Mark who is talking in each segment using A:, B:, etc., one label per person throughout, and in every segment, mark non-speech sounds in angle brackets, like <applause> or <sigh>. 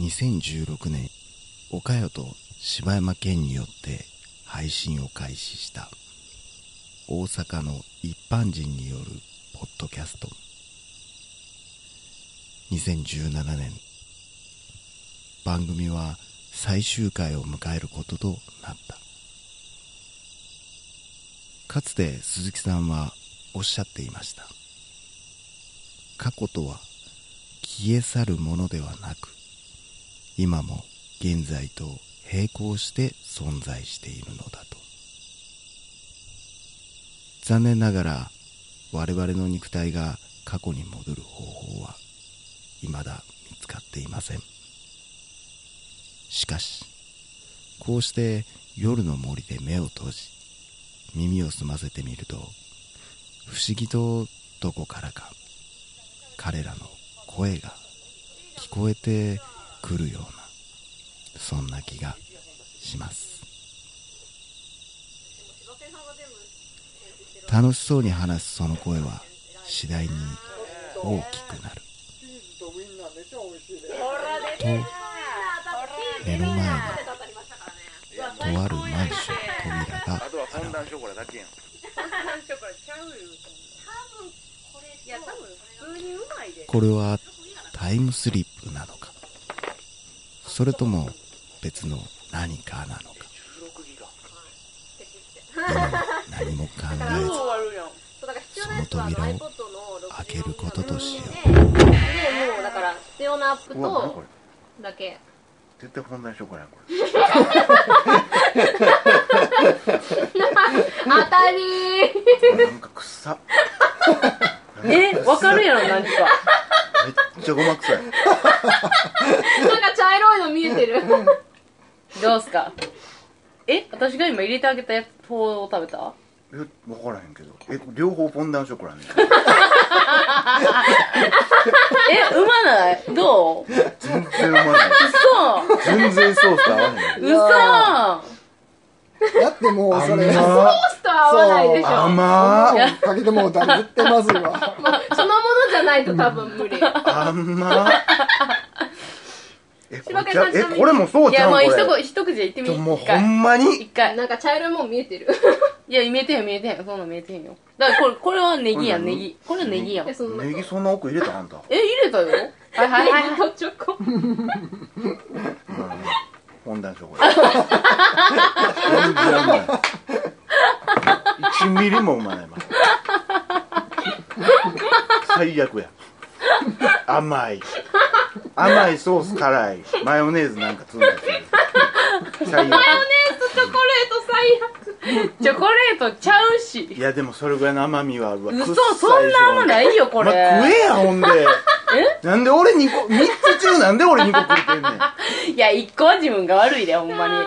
A: 2016年岡谷と柴山健によって配信を開始した大阪の一般人によるポッドキャスト2017年番組は最終回を迎えることとなったかつて鈴木さんはおっしゃっていました過去とは消え去るものではなく今も現在と並行して存在しているのだと残念ながら我々の肉体が過去に戻る方法は未だ見つかっていませんしかしこうして夜の森で目を閉じ耳を澄ませてみると不思議とどこからか彼らの声が聞こえてくるようなそんな気がします楽しそうに話すその声は次第に大きくなると目の前にとあるマンション扉が
B: あとはフォンダンショコラだけやん。
C: いや多分普通にうまいで
A: これはタイムスリップなのかそれとも別の何かなのか今も何も考えず
C: そうだから必要なやつは
A: その扉を
C: iPod の
A: 開けることとしよ
C: うでもうだから必要なアップ
B: うわ、何こ
C: と
B: れ。
C: だけ
B: 絶対フォンダンショコラやん、これ。こ
C: 当たり
B: れなんか臭っ。
D: え、わかるやろ、何か。
B: めっちゃごま臭い。
C: ーなんか茶色いの見えてる
D: どうすかえ、私が今入れてあげたやつ、方を食べた
B: え、わからへんけど。え、両方フォンダンショコラね。
D: え、うまないどう
B: 全然うまない。
D: 嘘
B: 全然ソースと合わへん。
D: 嘘
E: だってもうそれ
B: 甘
C: ポストは合わないでしょ
B: っ。
E: あ
B: 甘っ。
E: んかけてもうたら絶対まずいわ
C: もうそのものじゃないと多分無理
B: 甘っ。え、こ
C: 柴
B: れ
C: 田
B: ちゃ
C: さ
B: うんえ、これもそう
D: い
B: ちゃ
D: や、
B: う
D: も
B: こ
D: う
B: れ。ち
D: 一口、一口で言ってみ。
B: ょ、もう
D: 一
B: ほ
D: 回。
B: んまに。
D: 一回。
C: なんか茶色いもん見えてる
D: いや、見えてへん、見えてへん。そんなん見えてへんよ。だから、これ、これはネギやん、
B: これ
D: ネ
B: 何
D: ギ。これはネギやん。
C: え
D: え、
C: その
B: ネギそんな奥入れたあんた。
D: 入れたよはいはいはい
C: ネギ
D: はい。
C: とチョコ
B: フォンダンショコラ。全然うまい。1ミリもうまない、今。最悪や。甘い。甘いソース辛い。マヨネーズなんかつんだし。最悪。
C: チョコレート最悪
D: チョコレートちゃうし。
B: いや、でもそれぐらいの甘みはあるわ。
D: 嘘、そんな甘
B: い。
D: ないよ、こ
B: ま
D: れ。
B: あ、食えや、ほんで。なんで俺2個、3つ中なんで俺2個食ってんねん。
D: いや、一個は自分が悪いで、ほんまに。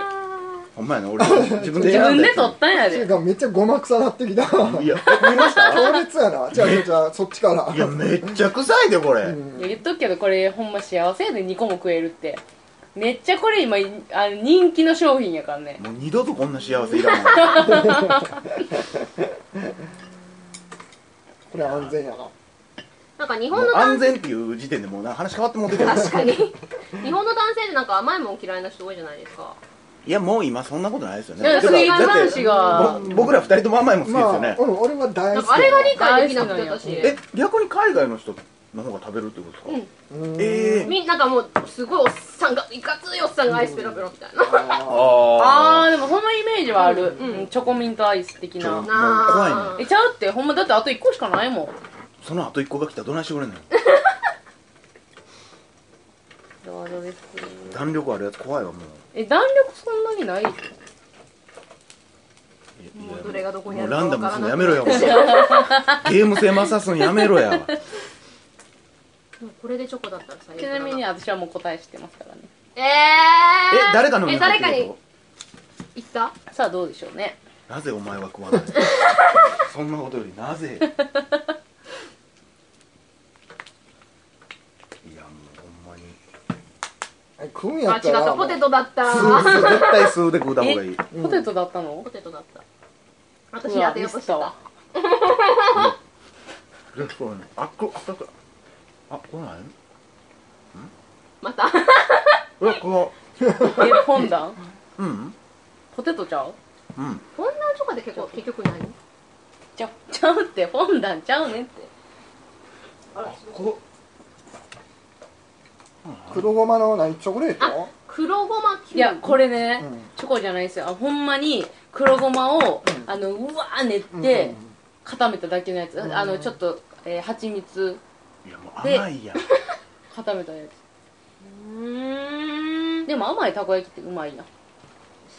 B: ほんまやな、俺自分で
D: 自
B: 選ん
D: 分
B: だ
D: で
B: やつ
D: 取ったんや
E: てい
D: で
E: う。かめっちゃごま臭なってきた強
B: いや、え食いました
E: 烈やなじゃあじゃあそっちから
B: いや、めっちゃ臭いで、これ。
D: いや言っとくけどこれほんま幸せやで2個も食えるってめっちゃこれ今あの人気の商品やからね
B: もう二度とこんな幸せいらな
C: <laughs>
B: い。
E: これ安全やな
C: なんか日
B: も
C: 本
B: う
C: の
B: 安
C: 男性
B: 全っていう時点でもうな話変わってもうて
C: <laughs>
B: る
C: 確かに日本の男性ってなんか甘いもん嫌いな人多いじゃないですか
B: いや、もう今そんなことないですよね。
D: だから
B: て
D: 杉
B: か
D: 山
B: だ
D: 男
B: って
D: 子が
B: ぼ僕ら二人とも甘いもん好きですよ
E: まあ
B: ね。
E: うん俺は大
C: な
E: 好
C: ん
E: き
C: かあれが理解できなくて
D: 大好き
C: 私
B: え、逆に海外の人の方が食べるってことですか
E: うん
B: ええ。
C: みんながもうすごいおっさんがいかついおっさんがアイスペロペロみたいな
E: あ
B: あ
D: あーでもほんまイメージはある、うんチョコミントアイス的
B: ちょもう
D: な
B: 怖いね。
D: えちゃうってほんまだってあと1個しかないもん
B: その後一個が来たらどないしてくれんのよ
D: どうぞです
B: 弾力あるやつ怖いわ、もう。
D: え弾力そんなにない
B: いや
C: もうどれがどこに
B: も
C: あ
B: う
C: る
B: ラ
C: か
B: ン
C: わ
B: ダ
C: か
B: ム
C: ら
B: す
C: な
B: る
C: く
B: のやめろや、もう。ゲーム性増さすのやめろや
C: <laughs>
B: わ。
C: もうこれでチョコだったら最悪
D: ち
C: だ
D: なみに私はもう答えしてますからね
C: えー、
B: え、誰かの
C: え
B: 目
C: 誰かに言った
D: さあどうでしょうね
B: なぜお前は食わない <laughs> そんなことよりなぜいやもうほんまに
E: 食うんや
C: あ
E: っ
C: 違
E: た
C: っ
E: ら
C: たポテトだった
B: 数絶対数で食うた方がいい
D: ポテトだったの
C: ポテトだった
D: う
C: 私
D: わ
C: 当てようとして
D: ミスったわ
C: た
B: あっこあっこあっこない
C: また
B: えこの
D: え、ポン <laughs> ダン
B: うん
D: ポテトちゃう
B: うん
C: フォンダンとかで結構結局何
D: ちゃ、ちゃうって、ポンダンちゃうねって。
B: こ
E: 黒ごまの何チョコレー
C: あ
E: ト
C: 黒ごまキューブ
D: いや、これね、
E: うん
D: チョコじゃないですよ。あほんまに黒ごまを、あの、うわー練って、固めただけのやつ。あの、ちょっと、えー、蜂蜜
B: いやもう甘いやん
D: 固めたや
C: うー
D: つ。
C: ん
D: でも甘いたこ焼きってうまいな。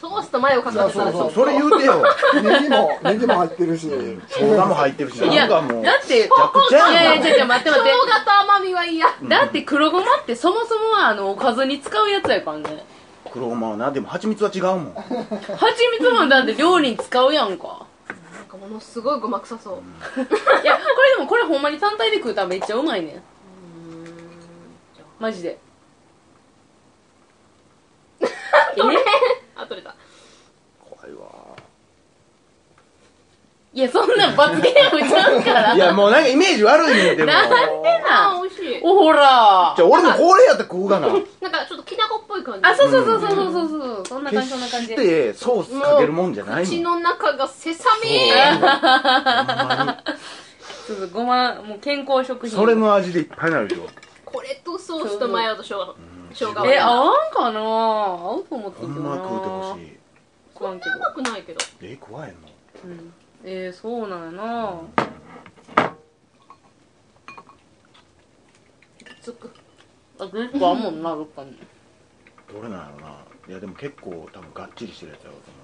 C: ソースとマヨかかってた
E: そ
C: ら
E: うそう
B: それ言うてよ
E: ネギもネギも入って
B: <laughs>
E: るし
B: 生姜も入ってるし
D: い
B: な
D: や、
B: んか
D: だ
B: もう
D: って、
B: めちゃくちゃやん
D: いやいや、ちょ、ちょ、待って
C: 生
D: 待って。
C: 姜と甘みは嫌
D: だって黒ごまってそもそもはあのおかずに使うやつやからね
B: 黒ごまはなでも蜂蜜は違うもん
D: 蜂蜜もだって料理に使うや
C: な
D: んか
C: んかものすごいごま臭そう
D: いやこれでもこれほんまに単体で食うたらめっちゃうまいねんマジで
C: 取れあ取れた
B: 怖いわ
D: いやそんなん罰ゲームちゃうから
B: いやもうなんかイメージ悪いねん <laughs> でも
D: なんでな
C: あ
D: ん
C: 美味しい
D: おほら
B: じゃあ俺もこれやったら食うがな
C: なんかちょっときなこっぽい感じ
D: あそうそうそうそうそうそうそうそんな感
B: 決
D: じそんな感じ
B: してソースかけるもんじゃないも
C: 口
B: ん
C: の中がセサミ
D: そうそうごまもう健康食品
B: それの味でいっぱいになるでしょ
C: これとソースとマヨと生姜生姜は
D: え合
C: う
D: わんかな合うと思って
B: ほ
D: んけ
B: ん
D: ど
B: ま
D: な
B: 食うてほしい
D: 食わんけど
C: まくないけど
B: え食わへんの
D: うんえー、そうなんやな
C: つく
D: あと1個あんもんなどっかに
B: どれなんやろないやでも結構多分がっちりしてるやつやろうと思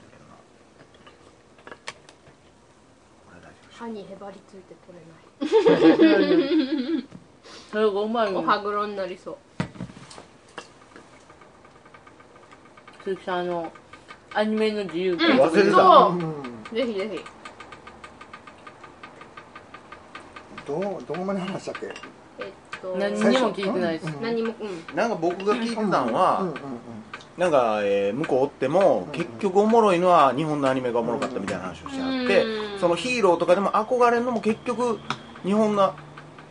B: うんだけどなこれ大丈夫
C: 歯にへばりついて取れない
D: それがうまいも
C: お
D: ん
C: 歯黒になりそう
D: 鈴木さんのアニメの自由
B: うん忘れてた
C: そう
E: うん
C: ぜひぜひ
E: どうどこまで話したっけ
C: えっと
D: 何
E: 最初
D: にも聞いてないです
E: うん
C: 何もうん
B: なんか僕が聞いてたん
E: うんうん
B: は、なんか、えー向こうおっても、
E: ん
B: 結局おもろいのは日本のアニメがおもろかったみたいな話をしてあって、
C: うん
B: そのヒーローとかでも憧れるのも結局日本の、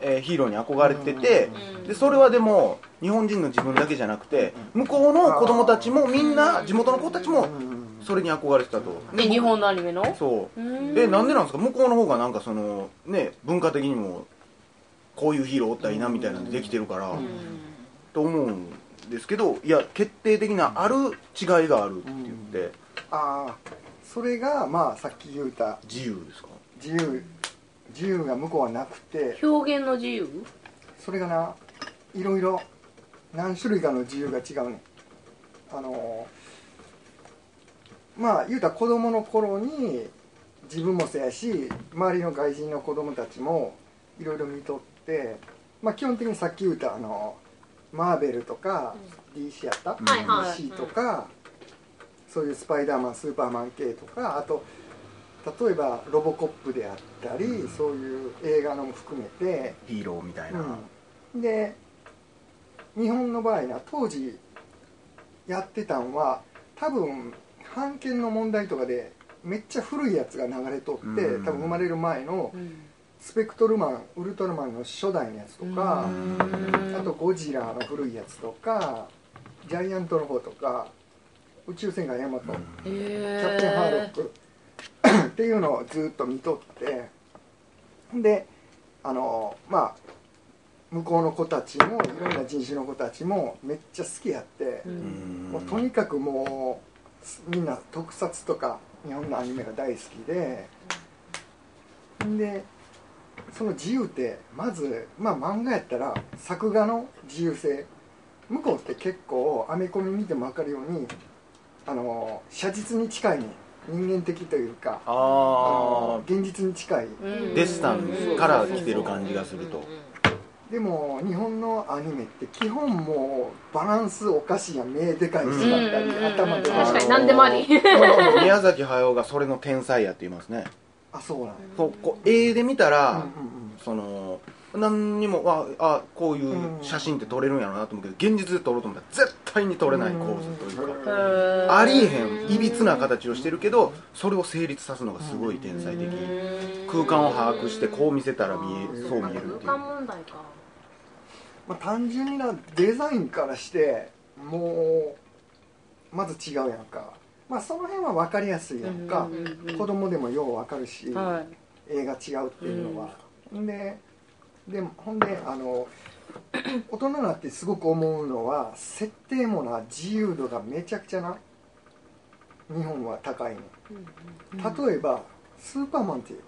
B: えーヒーローに憧れてて、
C: うん
B: でそれはでも日本人の自分だけじゃなくて向こうの子供たちもみんな地元の子たちも
E: うんうん
B: それに憧れてたと
D: で日本のアニメの
B: そうう
D: ーん
B: でなんでなんですか向こうの方がなんかそのね文化的にもこういうヒーローおったらいいなみたいなんでできてるから、と思うんですけどいや決定的なある違いがあるって言って、
E: ああそれがまあさっき言うた
B: 自由ですか
E: 自由自由が向こうはなくて
D: 表現の自由
E: それがないろいろ何種類かの自由が違うねあのーまあ言うたら子供の頃に自分もそうやし周りの外人の子供たちもいろいろ見とってまあ基本的にさっき言うたあのマーベルとか DC やった、
C: はいはい
E: DC とか、そういうスパイダーマンスーパーマン系とかあと例えばロボコップであったり、そういう映画のも含めて、
B: ヒーローみたいな、
E: うん、で日本の場合な当時やってたんは多分版権の問題とかでめっちゃ古いやつが流れとって、
B: うん
E: 多分生まれる前の
D: うん
E: スペクトルマンウルトラマンの初代のやつとか。あとゴジラの古いやつとかジャイアントの方とか宇宙戦艦ヤマト、
D: キ
E: キャプテンハーロック <coughs> っていうのをずっと見とってであのまあ向こうの子たちもいろんな人種の子たちもめっちゃ好きやって、
B: う
D: う
B: んん
E: もうとにかくもうみんな特撮とか日本のアニメが大好きで、でその自由ってまず、まあ、漫画やったら作画の自由性向こうって結構アメコミ見ても分かるようにあの写実に近いね人間的というか
B: ああ
E: あ <laughs> の現実に近い
D: うん
B: デスタンから来てる感じがすると、
E: でも日本のアニメって基本もうバランスおかしいやん目でかいしだったり、
D: うん
E: 頭でかい
C: 確かに何でもあり
B: 宮崎駿がそれの天才やって言いますね
E: あそうなんや
B: そうこう絵で見たら、
E: うんうんうん
B: その何にもああこういう写真って撮れるんやろうなと思うけど現実で撮ろうと思ったら絶対に撮れない構図というか、
D: うん
B: ありえへんいびつな形をしてるけどそれを成立さすのがすごい天才的 <laughs> 空間を把握してこう見せたら見えそう見えるってい
C: 空間
B: う
C: 問題か
E: まあ、単純になデザインからしてもうまず違うやんかまあその辺は分かりやすいやんか、子供でもよう分かるし、
D: は
E: 映画違うっていうのは、ん、ででほんであの <coughs> 大人になってすごく思うのは設定もな自由度がめちゃくちゃな日本は高いの、例えばスーパーマンっていう、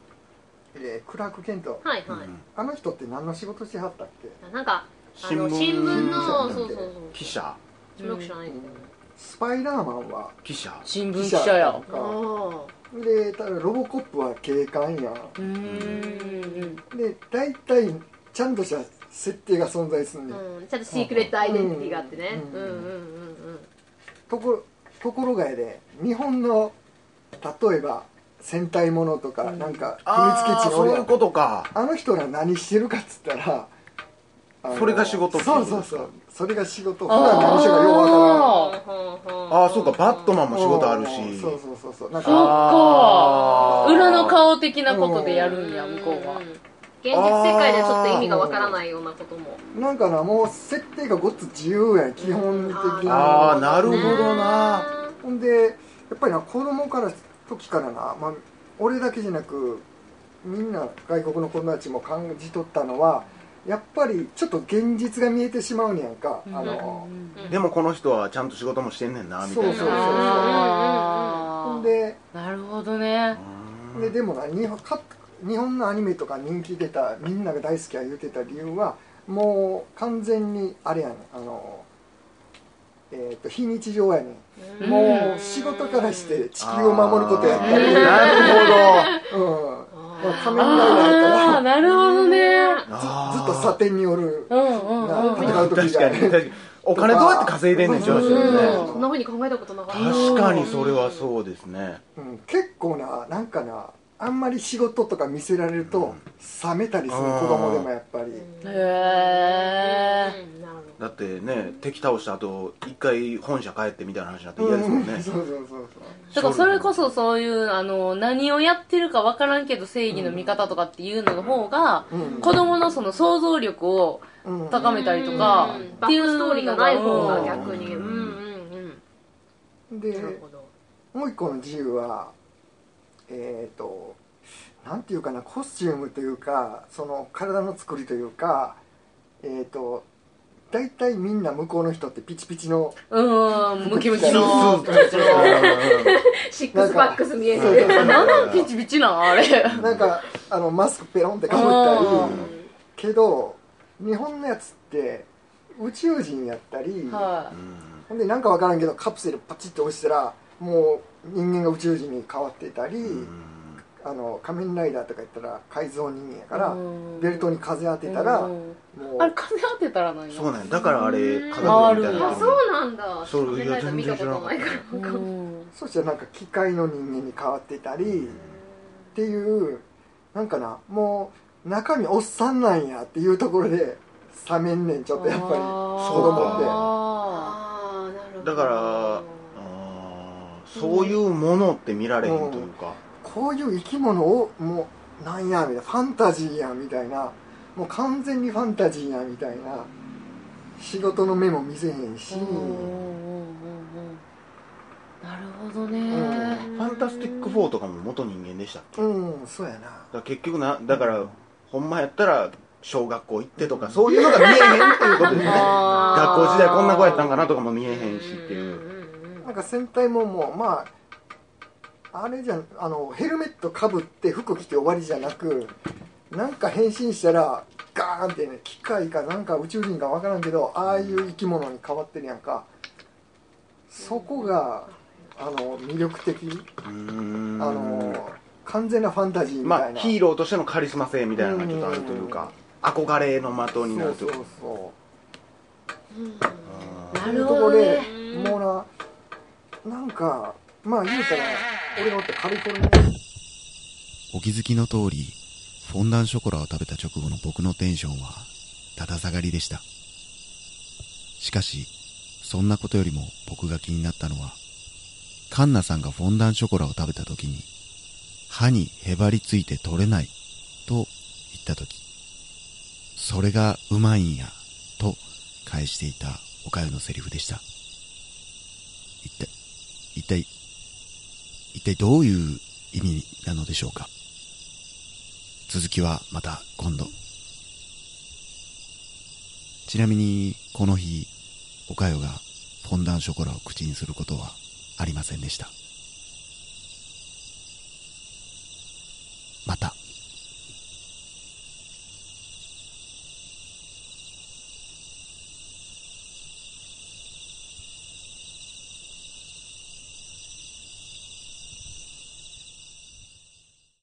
E: えークラーク・ケント
C: はいはい、
E: あの人って何の仕事してはったっけ、
C: なんかあ
B: 新
C: の
B: 聞
C: 新聞の
E: 新聞
C: そうそう
B: 記者
C: そうよく知らないです
E: う
C: け
E: ん
C: ど、
E: スパイダーマンはい
B: 記者
D: 新聞
E: 記
D: 記
E: 者
D: 者
E: や
D: や
E: んか
C: あ
E: でただロボコップは警官やん
D: うーん
E: で大体ちゃんとした設定が存在するねん
C: あ、うん、ちゃんとシークレットアイデンティティがあってね、
E: う
C: うんん、う
E: う
C: んんうんうん
E: とこところがやで日本の例えば戦隊ものとか、
D: ん
E: なんか秘
B: あ
E: 密基
B: あ
E: 地
B: そう
E: 俺
B: いうことか
E: あの人ら何してるかっつったらあの
B: それが仕事っていう
E: そ
B: こ
E: う
B: と
E: そう
B: ですか
E: そうそれが仕事普
D: あー
E: 段何してるかようわか
B: あ
C: あ
B: あそうかバットマン
E: らん
B: も仕事ある
E: うん
B: し
E: そうそうそうそうなん
D: そっか
E: か
B: あー
D: 裏の顔的なことでやるんや向こうは
C: 現実世界ではちょっと意味がわからないようなことも
E: なんかなもう設定がごっつ自由やん基本的
B: あ
E: な
B: ーなるほどな
E: ほんでやっぱりな子供から時からな、まあ、俺だけじゃなくみんな外国の子供たちも感じ取ったのはやっぱりちょっと現実が見えてしまうねやんか、あの
B: でもこの人はちゃんと仕事もしてんねんなみたいな
E: そうそうそうほ
D: あー
E: んで
D: なるほどね
E: ででもな日本か日本のアニメとか人気出たみんなが大好きや言うてた理由はもう完全にあれやねんあの、えー、と非日常やねんもう仕事からして地球を守ることやったり、うん
B: なる
E: まあ、仮面ライダーやったら
D: あーなるほどね
B: ほど
E: ずっとサテンによる
D: うんうんうん
E: な
B: 確かに確かにお金どうやって稼いでんねんって話だよね
C: そんなふうに考えたことなかった
B: 確かにそれはそうですね
E: うん、結構ななんかなあんまり仕事とか見せられると冷めたりする
B: うん
E: 子供でもやっぱり、
D: へえ
C: うんなるほど
B: だってね敵倒した後一回本社帰ってみたいな話になって嫌ですもん
E: う
B: ね
E: そうそうそう
D: だからそれこそそういうあの何をやってるか分からんけど正義の味方とかっていうのの方が
E: そう、うん
D: 子供のその想像力を
E: うん
D: 高めたりとか
C: うん
D: っ
C: バ
D: てい
C: ッ
D: う
C: クストーリーがない方
D: う
C: が
D: ん
C: 逆にうんうんうん
E: で
C: なるほど
E: もう一個の自由はえっ、となんていうかなコスチュームというかその体の作りというかえっ、と大体みんな向こうの人ってピチピチの
D: うんムキムキ
B: そ
D: の
B: うそうそう
C: シックスパックス見え
E: そうそう
C: る
E: そう
D: なんなんピチピチなんあれ
E: なんかあのマスクペロンってかぶったり
D: う
E: けど日本のやつって宇宙人やったり、
D: は
B: うん
E: ほんでなんか分からんけどカプセルパチッと押したらもう人間が宇宙人に変わってたり、
B: うん
E: あの仮面ライダーとか言ったら改造人間
D: い
E: やから、
D: うん
E: ベルトに風当てたら、も
D: うん
E: う
D: あれ風当てたらなんや
B: そうなんやだからあれ科学みたい
D: あ
B: な
C: あそうなんだ
B: そういや
C: 考えたら見たことないから
D: うん
E: そしたらなんか機械の人間に変わってたり、っていうなんかなもう中身おっさんなんやっていうところで冷めんねんちょっとやっぱり
D: 供
C: あーなるほど
B: だからあーそういうものって見られへんというか
E: こういう生き物をもうなんやみたいなファンタジーやみたいなもう完全にファンタジーやみたいな仕事の目も見せへんし、
D: なるほど
E: う
D: ね
B: ファンタスティック4とかも元人間でしたっけだか
E: うん、そうやな
B: ら結局なだからほんまやったら小学校行ってとかそういうのが見えへんっていう <laughs> ことですね学
D: 学
B: 校時代こんな子やったんかなとかも見えへんしっていう
E: なんか戦隊もんもまああれじゃんあのヘルメットかぶって服着て終わりじゃなくなんか変身したらガーンってね機械かなんか宇宙人か分からんけどああいう生き物に変わってるやんかそこがあの魅力的
B: う
E: あ
B: ん
E: の完全なファンタジーみ
B: ま
E: た
B: あ
E: いな、
B: ヒーローとしてのカリスマ性みたいなのがちょっとあるというか憧れの的になると
E: そ
B: いうう
E: そ
B: か
E: うそう
B: あー
D: な
E: そういう
D: る
E: とこ
D: ほど
E: ろで
D: ね
E: もうななんかまあ言うたら俺がおってカリフォルニア
A: お気づきの通り、フォンダンショコラを食べた直後の僕のテンションは、ただ下がりでした。しかし、そんなことよりも僕が気になったのは、カンナさんがフォンダンショコラを食べた時に、歯にへばりついて取れない、と言った時、それがうまいんや、と返していたおかゆのセリフでした。
B: 一体、一体どういう意味なのでしょうか。続きはまた今度。ちなみに、この日、おかよがフォンダンショコラを口にすることはありませんでした。